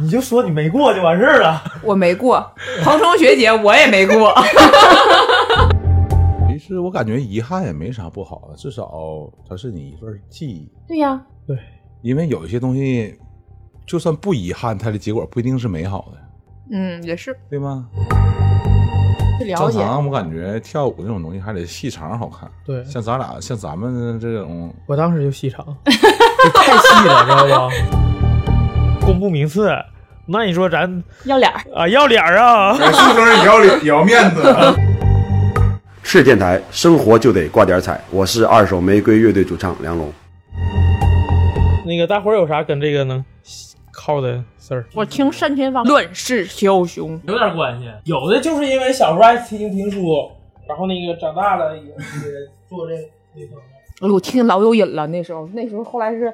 你就说你没过就完事儿了。我没过，彭冲学姐我也没过。其实我感觉遗憾也没啥不好的，至少它是你一份记忆。 对呀、因为有一些东西，就算不遗憾，它的结果不一定是美好的，嗯，也是对吗？去了正解。常我感觉跳舞这种东西还得细长好看。对像咱俩像咱们这种，我当时就细 长，这太细了，知道吗？公布名次，那你说咱要脸儿，啊要脸儿啊？是不是也要脸也要面子？赤电台，生活就得挂点彩。我是二手玫瑰乐队主唱梁龙。那个大伙儿有啥跟这个能靠的事儿？我听单田芳乱世枭雄，有点关系。有的就是因为小时候爱听评书，然后那个长大了也也做这这方面。哎呦，我听老有瘾了。那时候，那时候后来是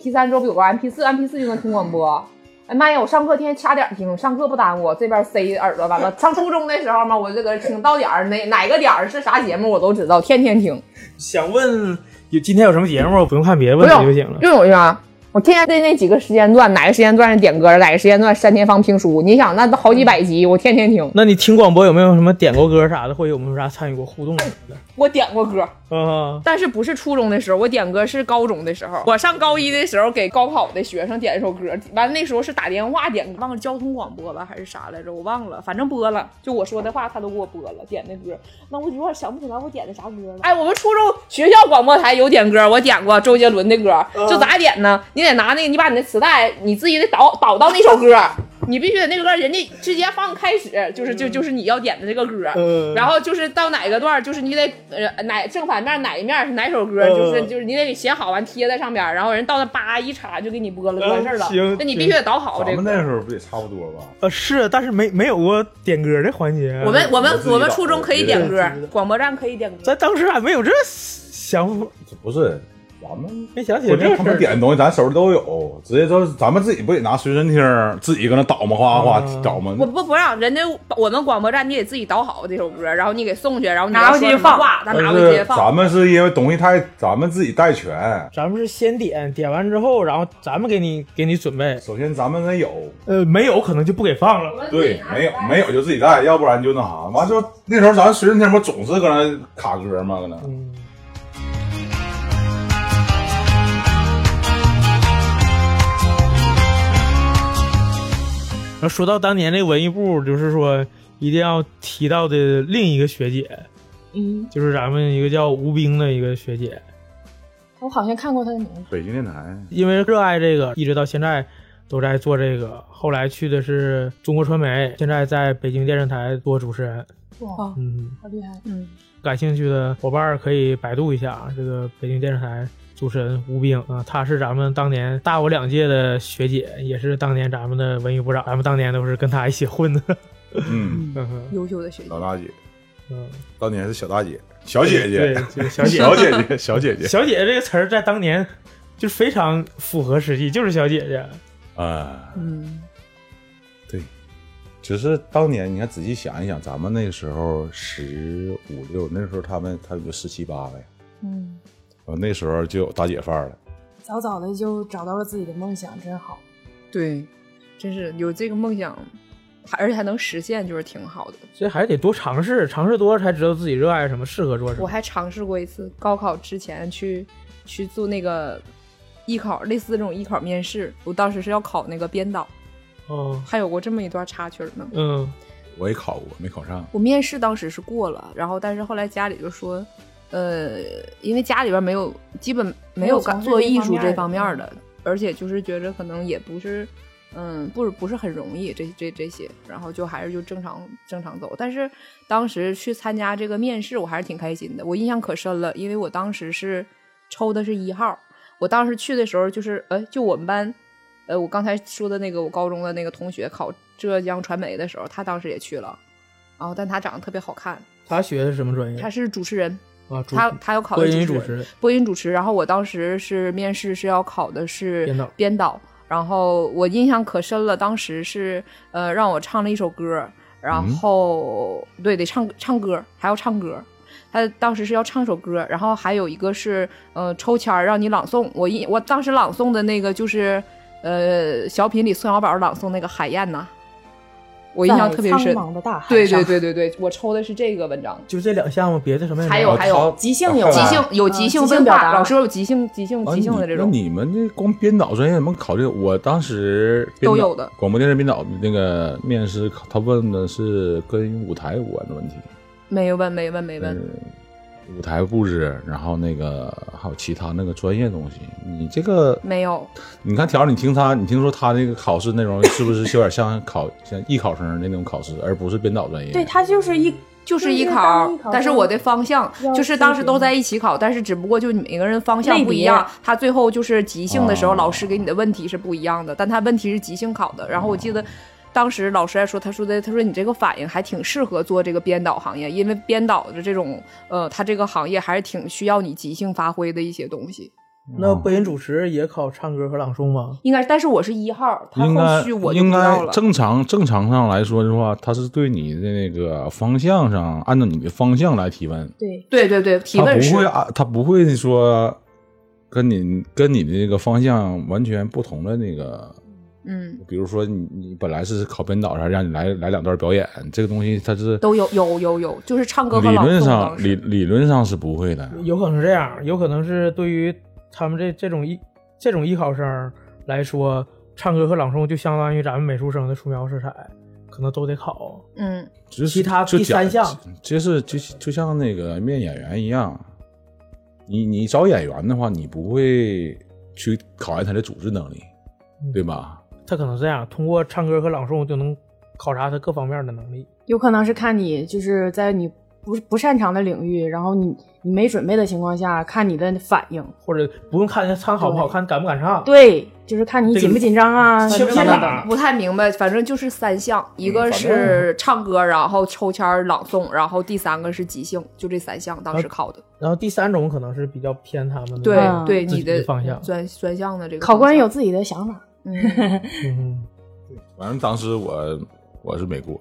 P 三之后不有个 MP 四，MP 四就能听广播。哎妈呀！我上课天天掐点儿听，上课不耽误，这边塞耳朵完了。上初中的时候嘛，我这个听到点儿哪哪个点儿是啥节目我都知道，天天听。想问有今天有什么节目？不用看别的不问题就用行了。用我用啊！我天天在那几个时间段，哪个时间段是点歌，哪个时间段单田芳评书，你想那都好几百集，我天天听。那你听广播有没有什么点过歌啥的，或者有没有啥参与过互动什么的？我点过歌，啊，但是不是初中的时候，我点歌是高中的时候。我上高一的时候给高考的学生点一首歌，完了那时候是打电话点，忘了交通广播了还是啥来着，我忘了，反正播了，就我说的话他都给我播了，点的歌。那我有点想不起来我点的啥歌了。哎，我们初中学校广播台有点歌，我点过周杰伦的歌，就咋点呢？你得拿那个，你把你的磁带，你自己得导导到那首歌。你必须得那个歌，人家直接放开始，就是就就是你要点的这个歌，嗯然后就是到哪个段儿，就是你得呃哪正反面哪一面是哪首歌，嗯就是就是你得给写好完贴在上边儿，然后人到那叭一插就给你播了，就嗯完事儿了。行那你必须得导好哦这咱个们。那时候不也差不多吧？呃是，但是没没有过点歌的环节。我们我们嗯我自己导我们初中可以点歌对，广播站可以点歌。咱当时还没有这想法，不是，咱们没想起我来觉这得事他们儿。点的东西咱手里都有，直接就是咱们自己不得拿随身听儿，自己搁那倒嘛哗哗啊哗倒嘛。嗯我不不让人家我们广播站，你得自己导好这首歌，然后你给送去，然后你拿回去要说什么放话，咱但拿回去直接是咱放。们是因为东西太，咱们自己带全。咱们是先点，点完之后，然后咱们给你给你准备。首先咱们得有，呃，没有可能就不给放了。 对，没有没有就自己带，要不然就那啥。完之后那时候咱随身听不总是搁那卡歌嘛，搁那。嗯，然后说到当年那文艺部，就是说一定要提到的另一个学姐，嗯，就是咱们一个叫吴冰的一个学姐，我好像看过他的名字。北京电 台因为热爱这个，一直到现在都在做这个。后来去的是中国传媒，现在在北京电视台做主持人。哇，嗯，好厉害！嗯，感兴趣的伙伴儿可以百度一下啊这个北京电视台主持人吴冰啊，她是咱们当年大我两届的学姐，也是当年咱们的文艺部长，咱们当年都是跟她一起混 的。嗯，嗯哼优秀的学姐。老大姐，嗯，当年是小大姐、小姐对姐、，就是小姐，小姐姐、小姐姐，小姐这个词儿在当年就非常符合实际，就是小姐姐。啊，嗯，只是当年你看仔细想一想，咱们那时候十五六，那时候他们他们就十七八了呀，嗯，完那时候就有大姐范儿了。早早的就找到了自己的梦想，真好。对，真是有这个梦想，还而且还能实现，就是挺好的。这还得多尝试，尝试多了才知道自己热爱什么，适合做什我么。还尝试过一次，高考之前去去做那个艺考，类似这种艺考面试。我当时是要考那个编导，哦，还有过这么一段插曲呢。嗯，我也考过，没考上。我面试当时是过了，然后但是后来家里就说，呃，因为家里边没有基本没有干没有从事做这艺方术面这的嗯方面儿的，而且就是觉着可能也不是，嗯，不是不是很容易这这这些，然后就还是就正常正常走。但是当时去参加这个面试，我还是挺开心的，我印象可深了，因为我当时是抽的是一号，我当时去的时候就是，呃，就我们班，呃，我刚才说的那个我高中的那个同学考浙江传媒的时候，他当时也去了，然后但他长得特别好看，她学的是什么专业？他是主持人，啊，嗯主他他要考播的音主主持人持，播音主持，然后我当时是面试是要考的是编导编导，然后我印象可深了，当时是呃让我唱了一首歌，嗯然后、对得唱唱歌，还要唱歌。他当时是要唱首歌，然后还有一个是呃抽签儿让你朗诵，我一我当时朗诵的那个就是呃，小品里宋小宝朗诵那个《海燕》呐，我印象特别在深。苍茫的大海对对上，对对对，我抽的是这个文章。就这两项吗？别的什么也没哦还有还有即兴有啊即吧兴有啊即即兴兴文表化，达老师有即兴即兴 啊即兴的你这种那。你们这光编导专业怎么考虑？我当时编都导有的广播电视编导那个面试，他问的是跟舞台有关的问题，没问没问没呃问，舞台布置，然后那个还有其他那个专业东西。你这个没有，你看条儿，你听他，你听说他那个考试内容是不是有点像考像艺考生那种考试，而不是编导专业？对他就是一就是艺当考艺考，但是生我的方向要就是当时都在一起考，但是只不过就每个人方向类不一别样。他最后就是即兴的时候，哦老师给你的问题是不一样的，但他问题是即兴考的。然后我记得。当时老师还说，他说的，他说你这个反应还挺适合做这个编导行业，因为编导的这种，呃，他这个行业还是挺需要你即兴发挥的一些东西。那播音主持也考唱歌和朗诵吗？应该，但是我是一号，他应后该续我就应不知道该了。正常正常上来说的话，他是对你的那个方向上，按照你的方向来提问。对对对对，提他问不是会啊，他不会说跟你跟你的那个方向完全不同的那个，嗯，比如说你你本来是考编导啥，让你来来两段表演，这个东西它是都有有有有，就是唱歌和理朗诵论当上时理理论上是不会的。有可能是这样，有可能是对于他们这这种艺这种艺考生来说，唱歌和朗诵就相当于咱们美术生的素描色彩，可能都得考。嗯，只是其他就第讲三项，就是就就像那个面演员一样，你你找演员的话，你不会去考验他的组织能力，嗯对吧？他可能是这样，通过唱歌和朗诵就能考察他各方面的能力。有可能是看你就是在你不不擅长的领域，然后你你没准备的情况下，看你的反应。或者不用看他唱好不好看，敢不敢唱。，对，就是看你紧不紧张啊，这个等等切不切打等。不太明白，反正就是三项，嗯一个是唱歌，然后抽签儿朗诵，然后第三个是即兴，就这三项当时考啊的。然后第三种可能是比较偏他们的对嗯对，自己你的的方向专专项的这个考官有方自己的 想法，向，嗯嗯，反正当时我我是没过，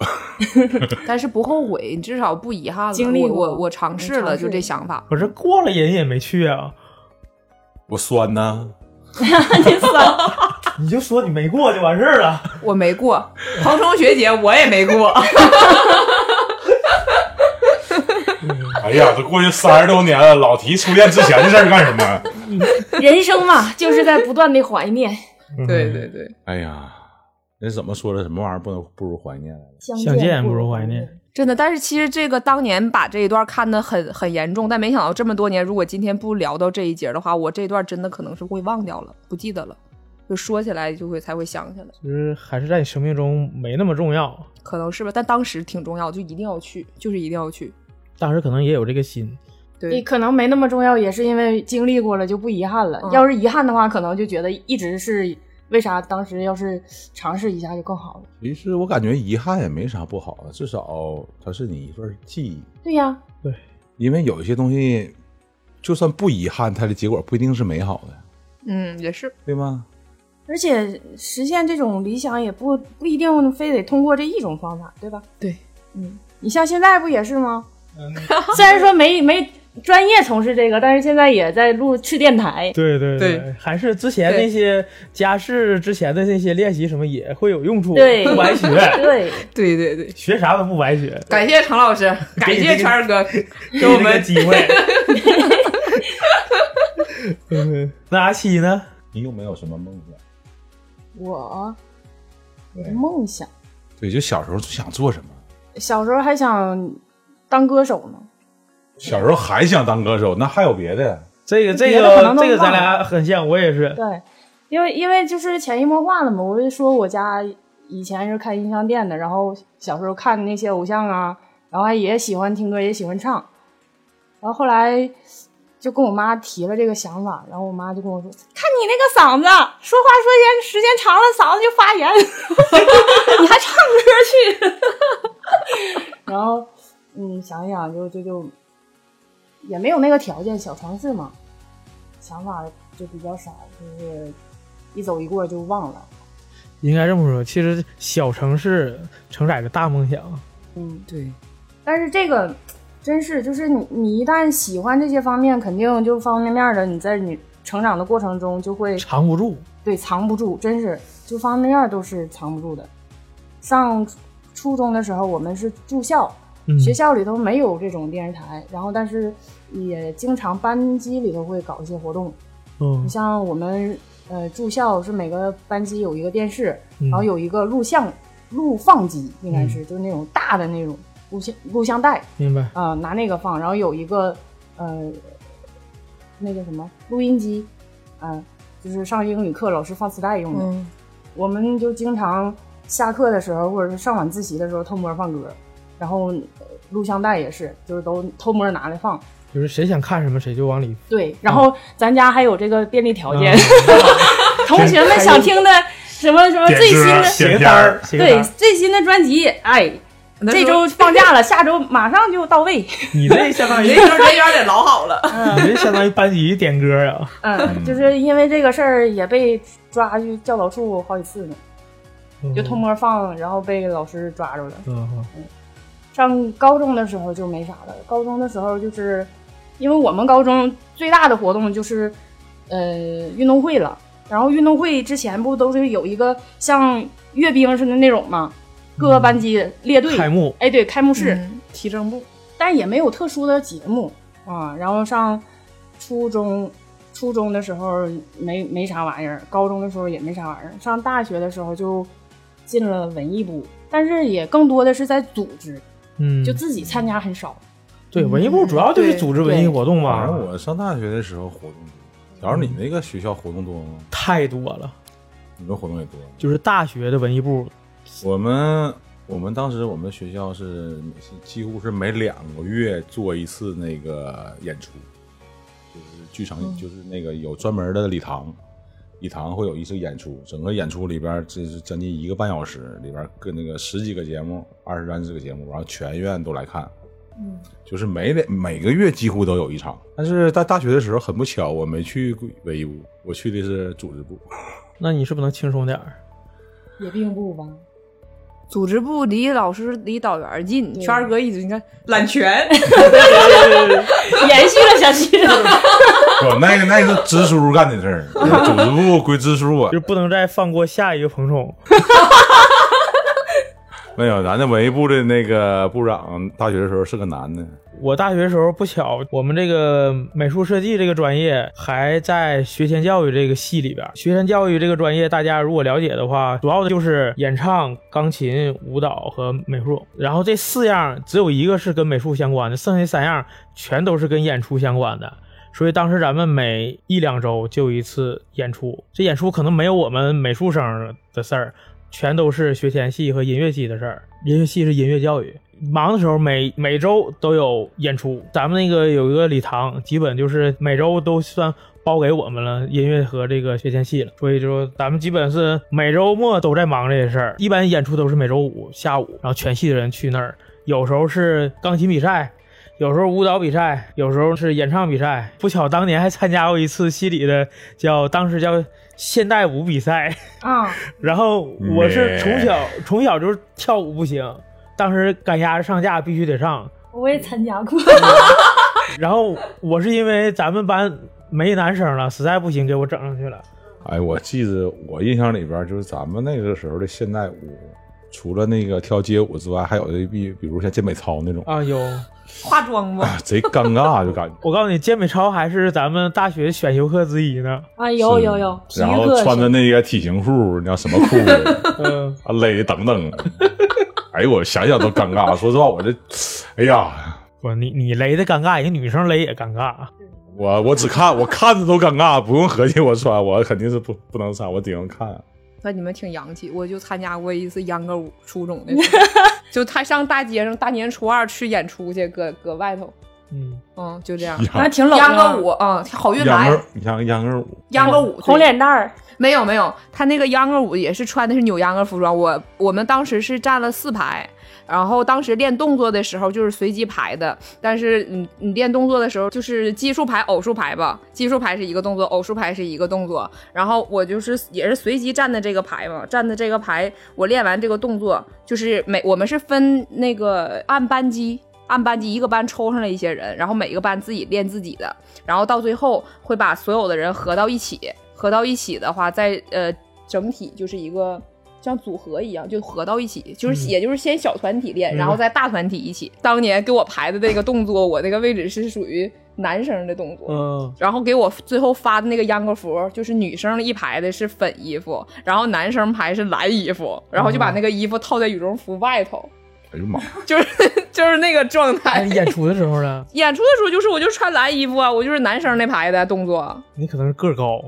但是不后悔，你至少不遗憾了。经历我过我我尝试尝了，试就这想法。可是过了人也没去啊， 我酸呢。你就说你没过就完事儿了。我没过， 彭程学姐我也没 过， 哎呀，都过去三十多年了，老提初恋之前的事儿干什么？人生嘛，就是在不断的怀念。嗯对对对， 哎呀，那怎么说的？什么玩意儿不能不如怀念来着？相见不如怀念。。真的。但是其实这个当年把这一段看得很很严重，但没想到这么多年，如果今天不聊到这一节的话，我这段真的可能是会忘掉了，不记得了。就说起来就会才会想起来，其实还是在你生命中没那么重要，可能是吧。但当时挺重要，就一定要去，就是一定要去。当时可能也有这个心。也对，可能没那么重要，也是因为经历过了就不遗憾了。嗯要是遗憾的话，可能就觉得一直是为啥当时要是尝试一下就更好了。其实我感觉遗憾也没啥不好的，至少它是你一份记忆。对呀、因为有一些东西，就算不遗憾，它的结果不一定是美好的，嗯，也是，对吗？而且实现这种理想也不不一定非得通过这一种方法，对吧？对，嗯，你像现在不也是吗？虽然说没没专业从事这个，但是现在也在录去电台。对对对还是之前对那些家事之前的那些练习什么也会有用处，对不白学， 对，对对对。学啥都不白学，感谢常老师，感谢圈儿哥，给我这个们机会。 嗯，那阿七呢？你有没有什么梦想？我我的梦想，对，就小时候想做什么？小时候还想当歌手呢。小时候还想当歌手，那还有别的？这个这别的可个能都这个咱忘了俩很像，我也 是。对，因为因为就是潜移默化了嘛。我就说我家以前是开音像店的，然后小时候看那些偶像啊，然后还也喜欢听歌，也喜欢唱。然后后来就跟我妈提了这个想法，然后我妈就跟我说：“看你那个嗓子，说话说间时间长了，嗓子就发炎，你还唱歌去？”然后，嗯，想一想就就就也没有那个条件，小城市嘛，想法就比较少，就是一走一过就忘了。应该这么说，其实小城市承载着大梦想。嗯，对但是这个真是就是你你一旦喜欢这些方面，肯定就方方面面的，你在你成长的过程中就会藏不住，对，藏不住，真是就方方面面都是藏不住的。上初中的时候，我们是住校，嗯，学校里头没有这种电视台，然后但是也经常班级里头会搞一些活动。嗯你像我们呃住校是每个班级有一个电视，嗯然后有一个录像录放机，应该是、就是那种大的那种录像录像带明白，啊、呃拿那个放，然后有一个呃那个什么录音机，嗯、就是上英语课老师放磁带用的。嗯，我们就经常下课的时候，或者是上晚自习的时候偷摸放歌，然后呃录像带也是，就是都偷摸拿来放。就是谁想看什么谁就往里对，然嗯后咱家还有这个便利条件，嗯同学们想听 的什么什么点最新歌的，点个片单儿儿，，写个单对儿最新的专辑，哎，那这时候周放假了，下周马上就到位。你这相当于你这人缘得老好了。你这相当于班级点歌啊， 嗯，就是因为这个事儿也被抓去教导处好几次呢，嗯就偷摸放，然后被老师抓住了。嗯上高中的时候就没啥了。高中的时候就是，因为我们高中最大的活动就是，呃，运动会了。然后运动会之前不都是有一个像阅兵似的那种嘛，各个班级列队，嗯，开幕，哎，对，开幕式，嗯体政部，但也没有特殊的节目啊。然后上初中，初中的时候没没啥玩意儿，高中的时候也没啥玩意儿，上大学的时候就进了文艺部，但是也更多的是在组织，嗯，就自己参加很少。对文艺部主要就是对组织文艺活动反正嘛，我上大学的时候活动多。小时候你那个学校活动多吗？太多了，你们活动也多。就是大学的文艺部，我们我们当时我们学校是每几乎是每两个月做一次那个演出，就是剧场，就是那个有专门的礼堂，礼堂会有一次演出，整个演出里边儿这是将近一个半小时，里边儿各那个十几个节目，二十三十个节目，然后全院都来看。就是每两每个月几乎都有一场，但是在大学的时候很不巧，我没去文艺部，我去的是组织部。那你是不是能轻松点儿？也并不吧， 组织部离老师离导员近，圈儿哥一直你看揽权， 延续了下去。不， 那个那个是支书干的事 儿，组织部归支书啊管就。不能再放过下一个彭总，没有，咱那文艺部的那个部长，大学的时候是个男的，我大学时候不巧，我们这个美术设计这个专业还在学前教育这个系里边儿。学前教育这个专业，大家如果了解的话，主要的就是演唱、钢琴、舞蹈和美术。然后这四样只有一个是跟美术相关的，剩下三样全都是跟演出相关的。所以当时咱们每一两周就一次演出，这演出可能没有我们美术生的事儿，全都是学前系和音乐系的事儿。音乐系是音乐教育，忙的时候每每周都有演出。咱们那个有一个礼堂，基本就是每周都算包给我们了，音乐和这个学前系了。所以就咱们基本是每周末都在忙这些事儿。一般演出都是每周五下午，然后全系的人去那儿，有时候是钢琴比赛。有时候舞蹈比赛，有时候是演唱比赛。不巧，当年还参加过一次西里的叫当时叫现代舞比赛， 啊，然后我是从小从小就是跳舞不行，当时赶鸭子上架必须得上。我也参加过。然后我是因为咱们班没男生了，实在不行给我整上去了。哎，我记得我印象里边就是咱们那个时候的现代舞，除了那个跳街舞之外，还有的比比如像健美操那种，啊，有，化妆啊不？贼尴尬就感觉。我告诉你，健美操还是咱们大学选修课之一呢。 啊， 有是有有，体育然后课穿是着那个体型裤，你知道什么裤子？ 嗯，啊，勒的等等。 哎呦，我想想都尴尬。说实话，我这，哎呀，不，你你勒的尴尬，人女生勒也尴尬。我我只看我看着都尴尬，不用合计我穿，我肯定是不不能穿，我只能看。啊那你们挺洋气，我就参加过一次秧歌舞，初中的 时候，就他上大街上，大年初二去演出去，搁搁外头，嗯，嗯，就这样。 那挺冷秧的歌舞，啊，好运秧来歌儿，，你像秧歌儿舞，秧歌舞，对红脸蛋儿，没有没有，他那个秧歌舞也是穿的是扭秧歌服装。我我们当时是站了四排，然后当时练动作的时候就是随机排的，但是你你练动作的时候就是奇数排、偶数排吧，奇数排是一个动作，偶数排是一个动作。然后我就是也是随机站的这个排嘛，站的这个排，我练完这个动作就是每我们是分那个按班级。按班级一个班抽上来一些人，然后每个班自己练自己的，然后到最后会把所有的人合到一起，合到一起的话，再呃整体就是一个像组合一样，就合到一起，就是嗯也就是先小团体练，明白然后再大团体一起。当年给我排的那个动作，我那个位置是属于男生的动作，嗯，然后给我最后发的那个秧歌服，就是女生一排的是粉衣服，然后男生排是蓝衣服，然后就把那个衣服套在羽绒服外头，哎呦妈，就是 就是那个 状嗯哎，态。演出的时候呢，演出的时候就是我就穿蓝衣服啊，我就是男生那排的动作，你可能是个儿高，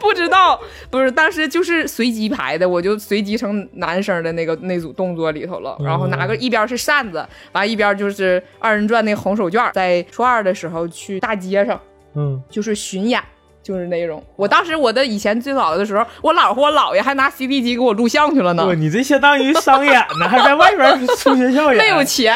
不知道不是当时就是随机排的，我就随机成男生的那个那组动作里头了，然后拿个一边是扇子，完一边就是二人转那个红手绢，在初二的时候去大街上。嗯，就是巡演，就是那种。我当时我的以前最早的时候，我姥和我姥爷还拿 CD 机给我录像去了呢哇，，你这相当于商演呢，还在外边出学校演， 没有钱。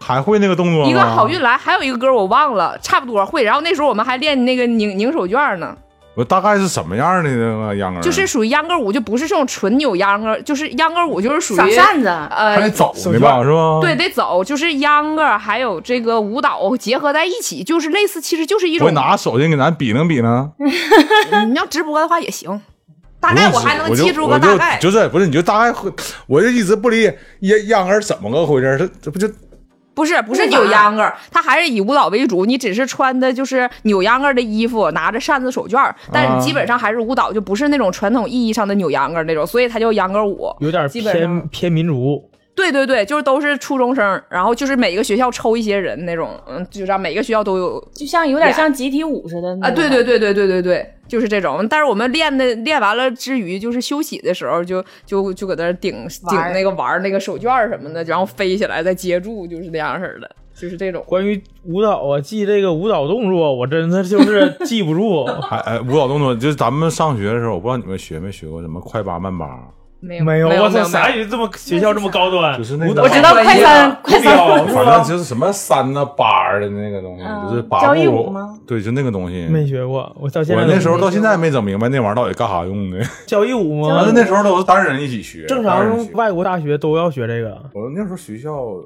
还会那个动作吗？一个好运来，还有一个歌我忘了，差不多会。然后那时候我们还练那个拧拧手绢呢，我大概是什么样的那个秧歌？就是属于秧歌舞，就不是这种纯扭秧歌，就是秧歌舞就是属撒于扇子，还得呃。走呢吧，是吧？对，，得走，就是秧歌还有这个舞蹈结合在一起，就是类似，其实就是一我种。嗯拿手机给咱比呢比呢，你要直播的话也行，大不概用我指还能我就记住我个就大概。就是不是你就大概会，我就一直不理解秧秧歌怎么个回事儿，这这不就不是不是扭秧歌儿，它还是以舞蹈为主。你只是穿的就是扭秧歌儿的衣服，拿着扇子手绢儿，啊但是基本上还是舞蹈，就不是那种传统意义上的扭秧歌儿那种，所以它叫秧歌儿舞。有点基本上偏偏民族，对对对，就是都是初中生，然后就是每个学校抽一些人那种，嗯，就这样每个学校都有就像有点像集体舞似的那啊，种对对对对对对对，就是这种。但是我们练的练完了之余，就是休息的时候就就就搁那儿顶顶玩儿那个玩儿那个手绢儿什么的，然后飞起来再接住，就是那样式的，就是这种。关于舞蹈啊，记这个舞蹈动作，我真的就是记不 住，还哎舞蹈动作？就是咱们上学的时候，我不知道你们学没学过什么快八慢八，没有没有，没有我没操，有啥也这么学校这么高端，就是那个舞蹈我知道快三快舞三蹈是啊反正吧？就是什么三呐八儿的那个东西，嗯就是八交谊步舞吗对，就那个东西。没学过，我到现在我都那时候没到现在没整明白那玩意儿到底干啥用的。交谊舞完吗了？那时候都是单人一起学，正单人常学外国大学都要学这个，我那时候学校我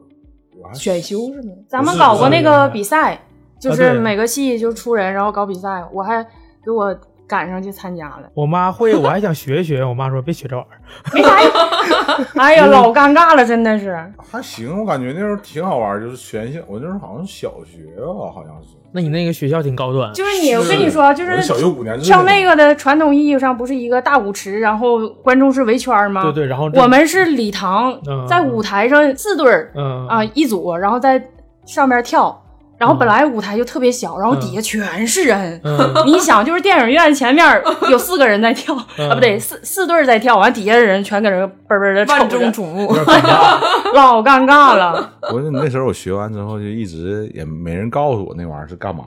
还选修是吗？咱们是搞过那个比赛，就啊是对每个系就出人，然后搞比赛，我还给我赶上去参加了，我妈会，我还想学一学，我妈说别学这玩意儿，没啥用。哎呀，老尴尬了，真的是。还行，我感觉那时候挺好玩儿，就是全校我那时候好像小学吧，好像是。那你那个学校挺高端，就是哎你，我跟你说，就我小学是五年制像那种个的传统意义上，不是一个大舞池，然后观众是围圈儿吗？对对，然后这我们是礼堂嗯，在舞台上四对儿嗯啊一组，然后在上面跳。然后嗯本来舞台就特别小，然后嗯底下全是人。 嗯你想，就是电影院 前面有四个人在跳嗯啊，不对，四四对儿在跳，完底下的人全搁那嘣嘣的瞅万众着，瞩目。 老尴尬了。我说你那时候我学完之后就一直也没人告诉我那玩意儿是干嘛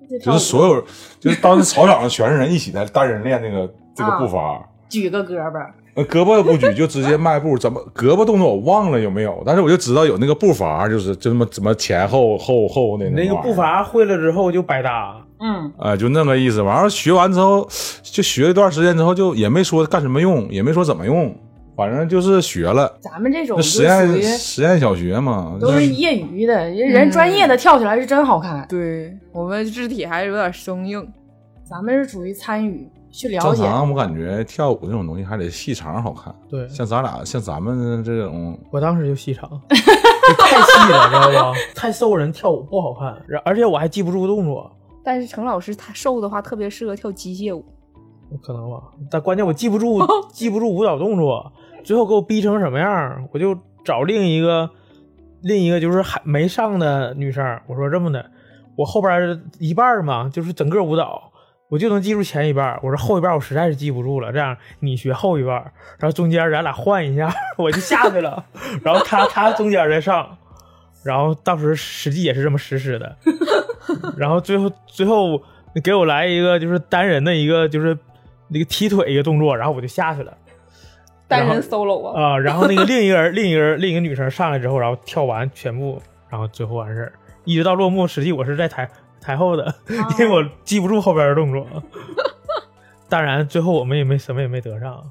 用的， 就是所有就是当时操场上全是人一起在单人练那个这个啊步伐。举个胳膊，那呃胳膊不举就直接迈步，怎么胳膊动作我忘了有没有，但是我就知道有那个步伐，就是就那么怎么前后后后那你那个步，伐会了之后就百搭，嗯，哎、就那个意思。完了学完之后，就学了一段时间之后，就也没说干什么用，也没说怎么用，反正就是学了。咱们这种那就实属验于实验小学嘛，都就是业余的，人专业的跳起来是真好看，对我们肢体还有点生硬，咱们是属于参与去了正解。常。我感觉跳舞这种东西还得细长好看，对像咱俩像咱们这种我当时就细长，就太细了，知道吧？太瘦人跳舞不好看，然而且我还记不住动作，但是程老师他瘦的话，特别适合跳机械舞。可能吧，但关键我记不住，记不住舞蹈动作，最后给我逼成什么样儿，我就找另一个，另一个就是还没上的女生，我说这么的，我后边儿一半儿嘛，就是整个舞蹈。我就能记住前一半儿，我说后一半儿我实在是记不住了。这样你学后一半儿，然后中间咱俩换一下， 我就下去了，然后他他中间再上，然后当时实际也是这么实施的， 然后最后最后你给我来一个就是单人的一个就是那个踢腿一个动作，然后我就下去了单然人后 solo 啊，啊、然后那个另一个人 另一个人另一个女生上来之后，然后跳完全部，然后最后完事儿，一直到落幕，实际我是在台台后的，因为我记不住后边的动作。 当然最后我们也没什么也没得上，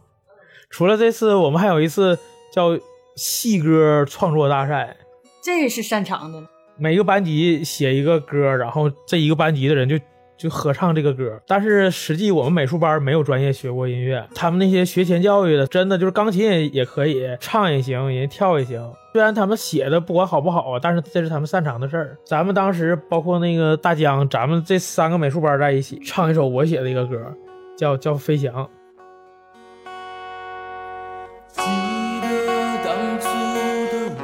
除了这次我们还有一次叫戏歌创作大赛，这是擅长的。每个班级写一个歌，然后这一个班级的人就就合唱这个歌。但是实际我们美术班没有专业学过音乐，他们那些学前教育的，真的就是钢琴也也可以，唱也行，人跳也行。虽然他们写的不管好不好啊，但是这是他们擅长的事儿。咱们当时包括那个大江，咱们这三个美术班在一起唱一首我写的一个歌，叫叫《飞翔》。记得当初的我，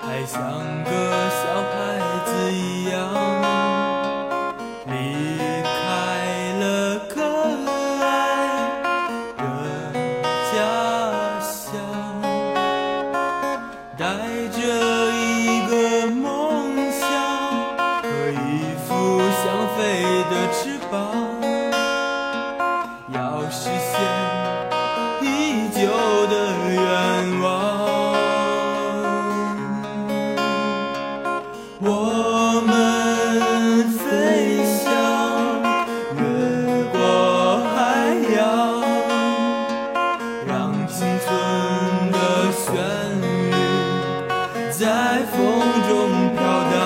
还像个小孩子一样，离开了可爱的家乡，带着一个梦想和一副想飞的翅膀，要实现。已久的愿望，我们飞翔，越过海洋，让青春的旋律在风中飘荡，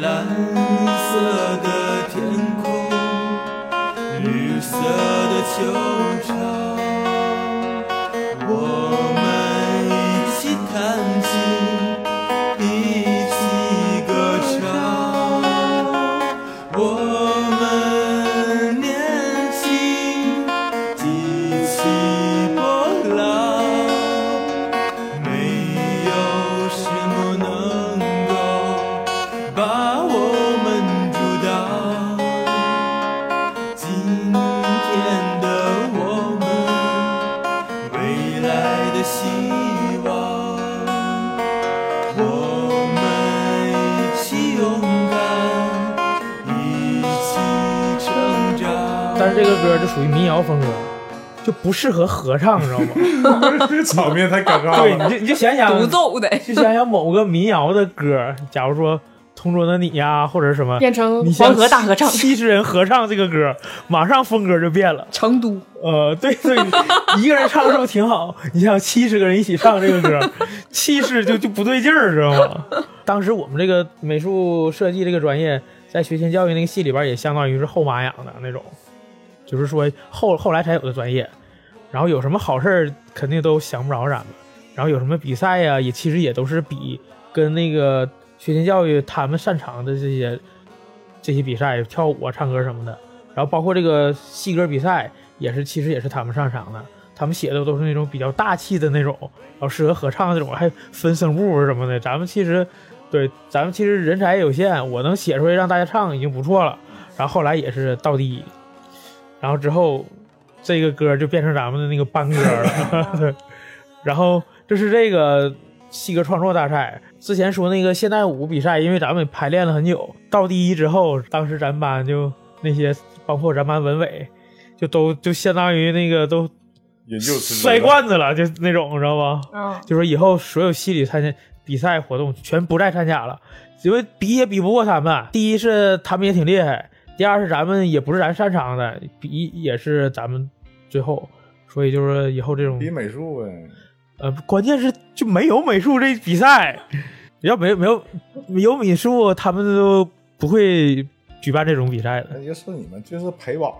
蓝色的天空。绿色的球场，我们一起弹琴，一起歌唱。我们年轻，激起波浪，没有什么能够把我们阻挡。今天的我们，未来的希望，我们一起勇敢，一起成长。但是这个歌就属于民谣风格，就不适合合唱，你知道吗？这场面太尴尬对，了。你就你就想想独奏的，就想想某个民谣的歌，假如说《同桌的你》呀，或者是什么，变成你像黄河大合唱，七十人合唱这个歌，马上风格就变了。成都呃，对对，一个人唱是不是挺好？你想七十个人一起唱这个歌，气势就就不对劲儿，知道吗？当时我们这个美术设计这个专业，在学前教育那个系里边也相当于是后妈养的那种，就是说后后来才有的专业。然后有什么好事儿，肯定都想不着咱们。然后有什么比赛呀、也其实也都是比跟那个学前教育他们擅长的这些这些比赛，跳舞啊、唱歌什么的。然后包括这个戏歌比赛，也是其实也是他们擅长的。他们写的都是那种比较大气的那种，然后适合合唱那种，还分声部什么的。咱们其实，对，咱们其实人才也有限，我能写出来让大家唱已经不错了。然后后来也是倒第一，然后之后这个歌就变成咱们的那个班歌了。 对然后这是这个西哥创作大赛，之前说那个现代舞比赛，因为咱们排练了很久，到第一之后，当时咱班就那些，包括咱班文委，就都就相当于那个都也就摔罐子了，就那种，你知道吗？嗯，就说以后所有系里参加比赛活动全不再参加了，因为比也比不过他们。第一是他们也挺厉害，第二是咱们也不是咱擅长的，比也是咱们最后，所以就是以后这种比美术呗，呃，关键是就没有美术这比赛，要没没有有美术，他们都不会举办这种比赛的。那哎就是你们就是陪榜，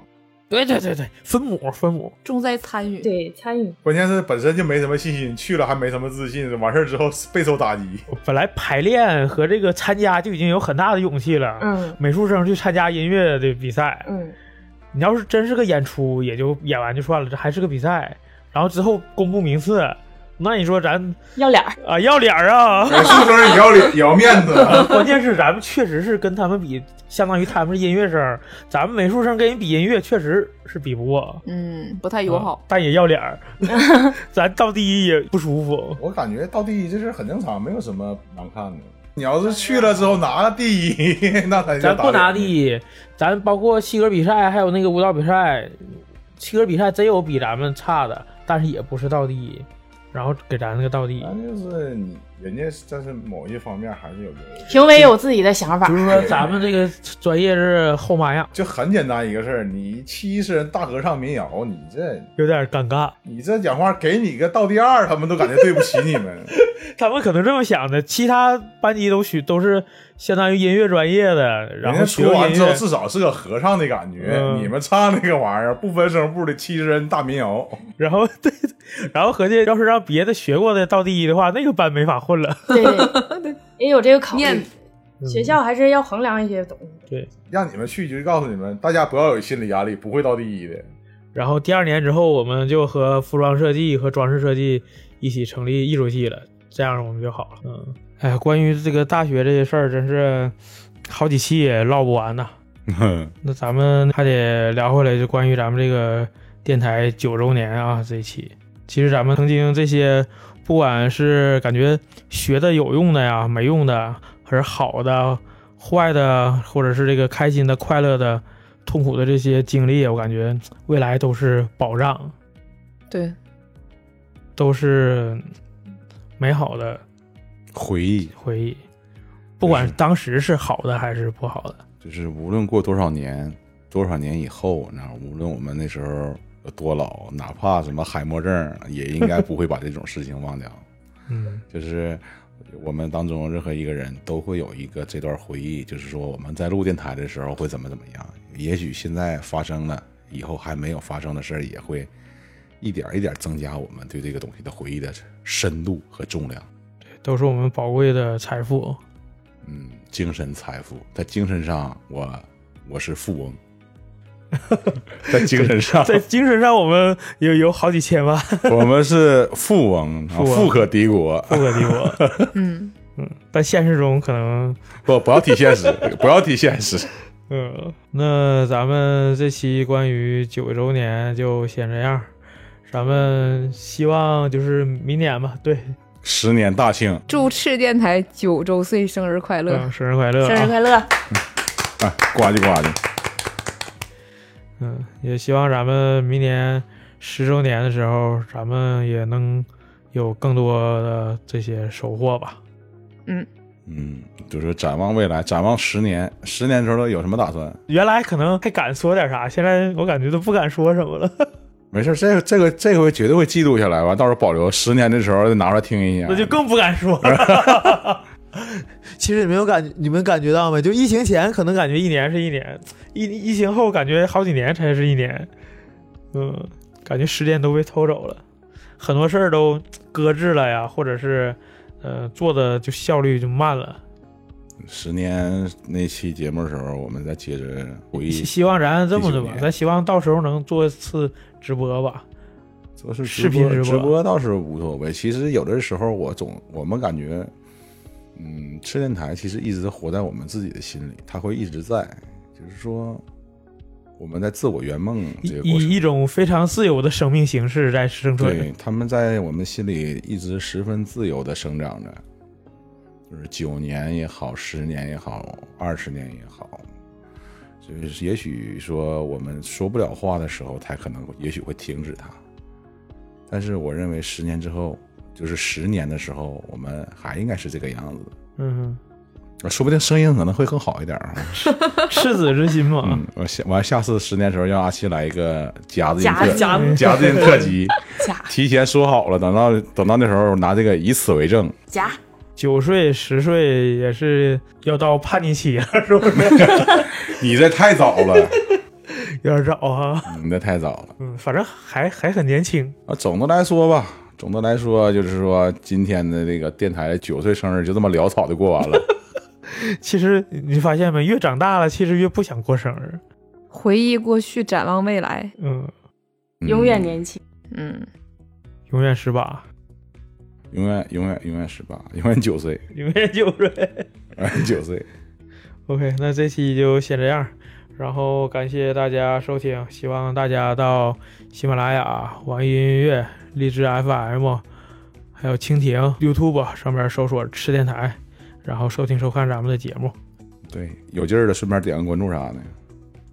对对对对，分母分母，重在参与。 对，参与关键是本身就没什么信心，去了还没什么自信，完事儿之后备受打击。 本来排练和这个参加就已经有很大的勇气了。嗯美术生去参加音乐的比赛，嗯， 你要是真是个演出，也就演完就算了，这还是个比赛，然后之后公布名次，那你说咱要脸儿，啊要脸儿啊？ 美术生也要脸也要面子，关键是咱们确实是跟他们比，相当于他们是音乐生，咱们美术生跟人比音乐确实是比不过，嗯，不太友好啊。但也要脸 儿，咱到第一也不舒服。 我感觉到第一这事儿很正常，没有什么难看的。你要是去了之后拿了第一， 那才叫咱不拿脸第一，咱包括戏歌比赛，还有那个舞蹈比赛，戏歌比赛真有比咱们差的，但是也不是到第一。然后给咱那个到啊底。咱就是你，人家在是某一方面还是有优势。评委有自己的想法比，如说咱们这个专业是后妈呀，就很简单一个事儿，你七十人大合唱民谣，你这有点尴尬。你这讲话给你个倒第二，他们都感觉对不起你们。他们可能这么想的，其他班级都学都是相当于音乐专业的，然人后家学说完音之后乐，至少是个合唱的感觉，嗯你们唱那个玩意儿不分声部的七十人大民谣，然后 对，然后合计要是让别的学过的到第一的话，那个班没法混了。对 对也有这个考虑面。学校还是要衡量一些东 西。嗯让你们去就告诉你们，大家不要有心理压力，不会到第一的。然后第二年之后，我们就和服装设计和装饰设计一起成立艺术系了，这样我们就好了。嗯，哎呀，关于这个大学这些事儿，真是好几期也唠不完呐。那咱们还得聊回来，就关于咱们这个电台九周年啊这一期。其实咱们曾经这些，不管是感觉学的有用的呀、没用的，还是好的、坏的，或者是这个开心的、快乐的、痛苦的这些经历，我感觉未来都是保障，对，都是美好的回忆回忆，不管当时是好的还是不好的。就是无论过多少年，多少年以后，那无论我们那时候有多老，哪怕什么海默症，也应该不会把这种事情忘掉。嗯，就是我们当中任何一个人都会有一个这段回忆，就是说我们在录电台的时候会怎么怎么样。也许现在发生了，以后还没有发生的事儿也会一点儿一点儿增加我们对这个东西的 回忆的深度和重量。都是我们宝贵的财富。嗯，精神财富，在精神上我我是 富翁，在精神 上在精神上，我们有有好几千万，我们是 富翁，啊富翁富可敌国。不可敌国。嗯，但现实中可能，不，不要提现实，不要提现实。嗯，那咱们这期关于九周年就先这样，咱们希望就是明年吧，对，十年大庆，祝赤电台九周岁生日快乐！嗯，生日快乐生日啊！快乐！哎，呱唧呱唧。嗯，也希望咱们明年十周年的时候，咱们也能有更多的这些收获吧。嗯，就是展望未来，展望十年，十年之后有什么打算？原来可能还敢说点啥，现在我感觉都不敢说什么了，没事，这个这个这回绝对会记录下来，完到时候保留十年的时候再拿出来听一下。那就更不敢说了。 其实你们有感，你们感觉到没？就疫情前可能感觉一年是一年，疫疫情后感觉好几年才是一年。嗯，感觉时间都被偷走了，很多事儿都搁置了呀，或者是呃做的就效率就慢了。十年那期节目的时候，我们再接着回 忆希，希望咱这么的19吧，年咱希望到时候能做一次直播吧。都是视直频播直播直播倒是无所谓。其实有的时候我总我们感觉，嗯，吃电台其实一直活在我们自己的心里，它会一直在，就是说我们在自我圆梦这个以过程以一种非常自由的生命形式在生对存。，他们在我们心里一直十分自由的生长着，就是九年也好，十年也好，二十年也好，就是也许说我们说不了话的时候，才可能也许会停止它。但是我认为十年之后，就是十年的时候，我们还应该是这个样子，嗯说不定声音可能会更好一点儿啊。哼，赤子之心嘛。嗯，我下完下次十年的时候让阿七来一个夹子音夹特夹 夹子音特辑夹，提前说好了，等到等到那时候拿这个以此为证，夹九岁、十岁也是要到叛逆期 了，是不是？你这太早了，有点早啊。你这太早了。嗯，反正还还很年轻。啊，总的来说吧，总的来说就是说今天的这个电台九岁生日就这么潦草的过完了。其实你发现没，越长大了，其实越不想过生日。回忆过去，展望未来。嗯，嗯永远年轻。嗯，永远十八，永远永远永远十八，永远九岁，永远九岁。永远九岁。 OK，那这期就先这样，然后感谢大家收听，希望大家到喜马拉雅、网易云音乐、荔枝 FM，还有蜻蜓、YouTube 上面搜索“吃电台”，然后收听收看咱们的节目。对，有劲儿的顺便点个关注啥的。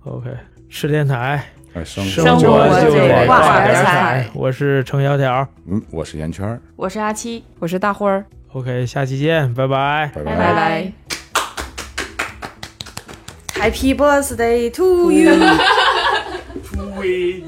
OK，吃电台，哎，生生活就就得得挂挂点儿点儿彩。我是程小条嗯，我是圆圈儿，我是阿七，我是大花儿， ，OK，下期见，拜拜。拜拜拜拜。拜。 Happy birthday to you。对。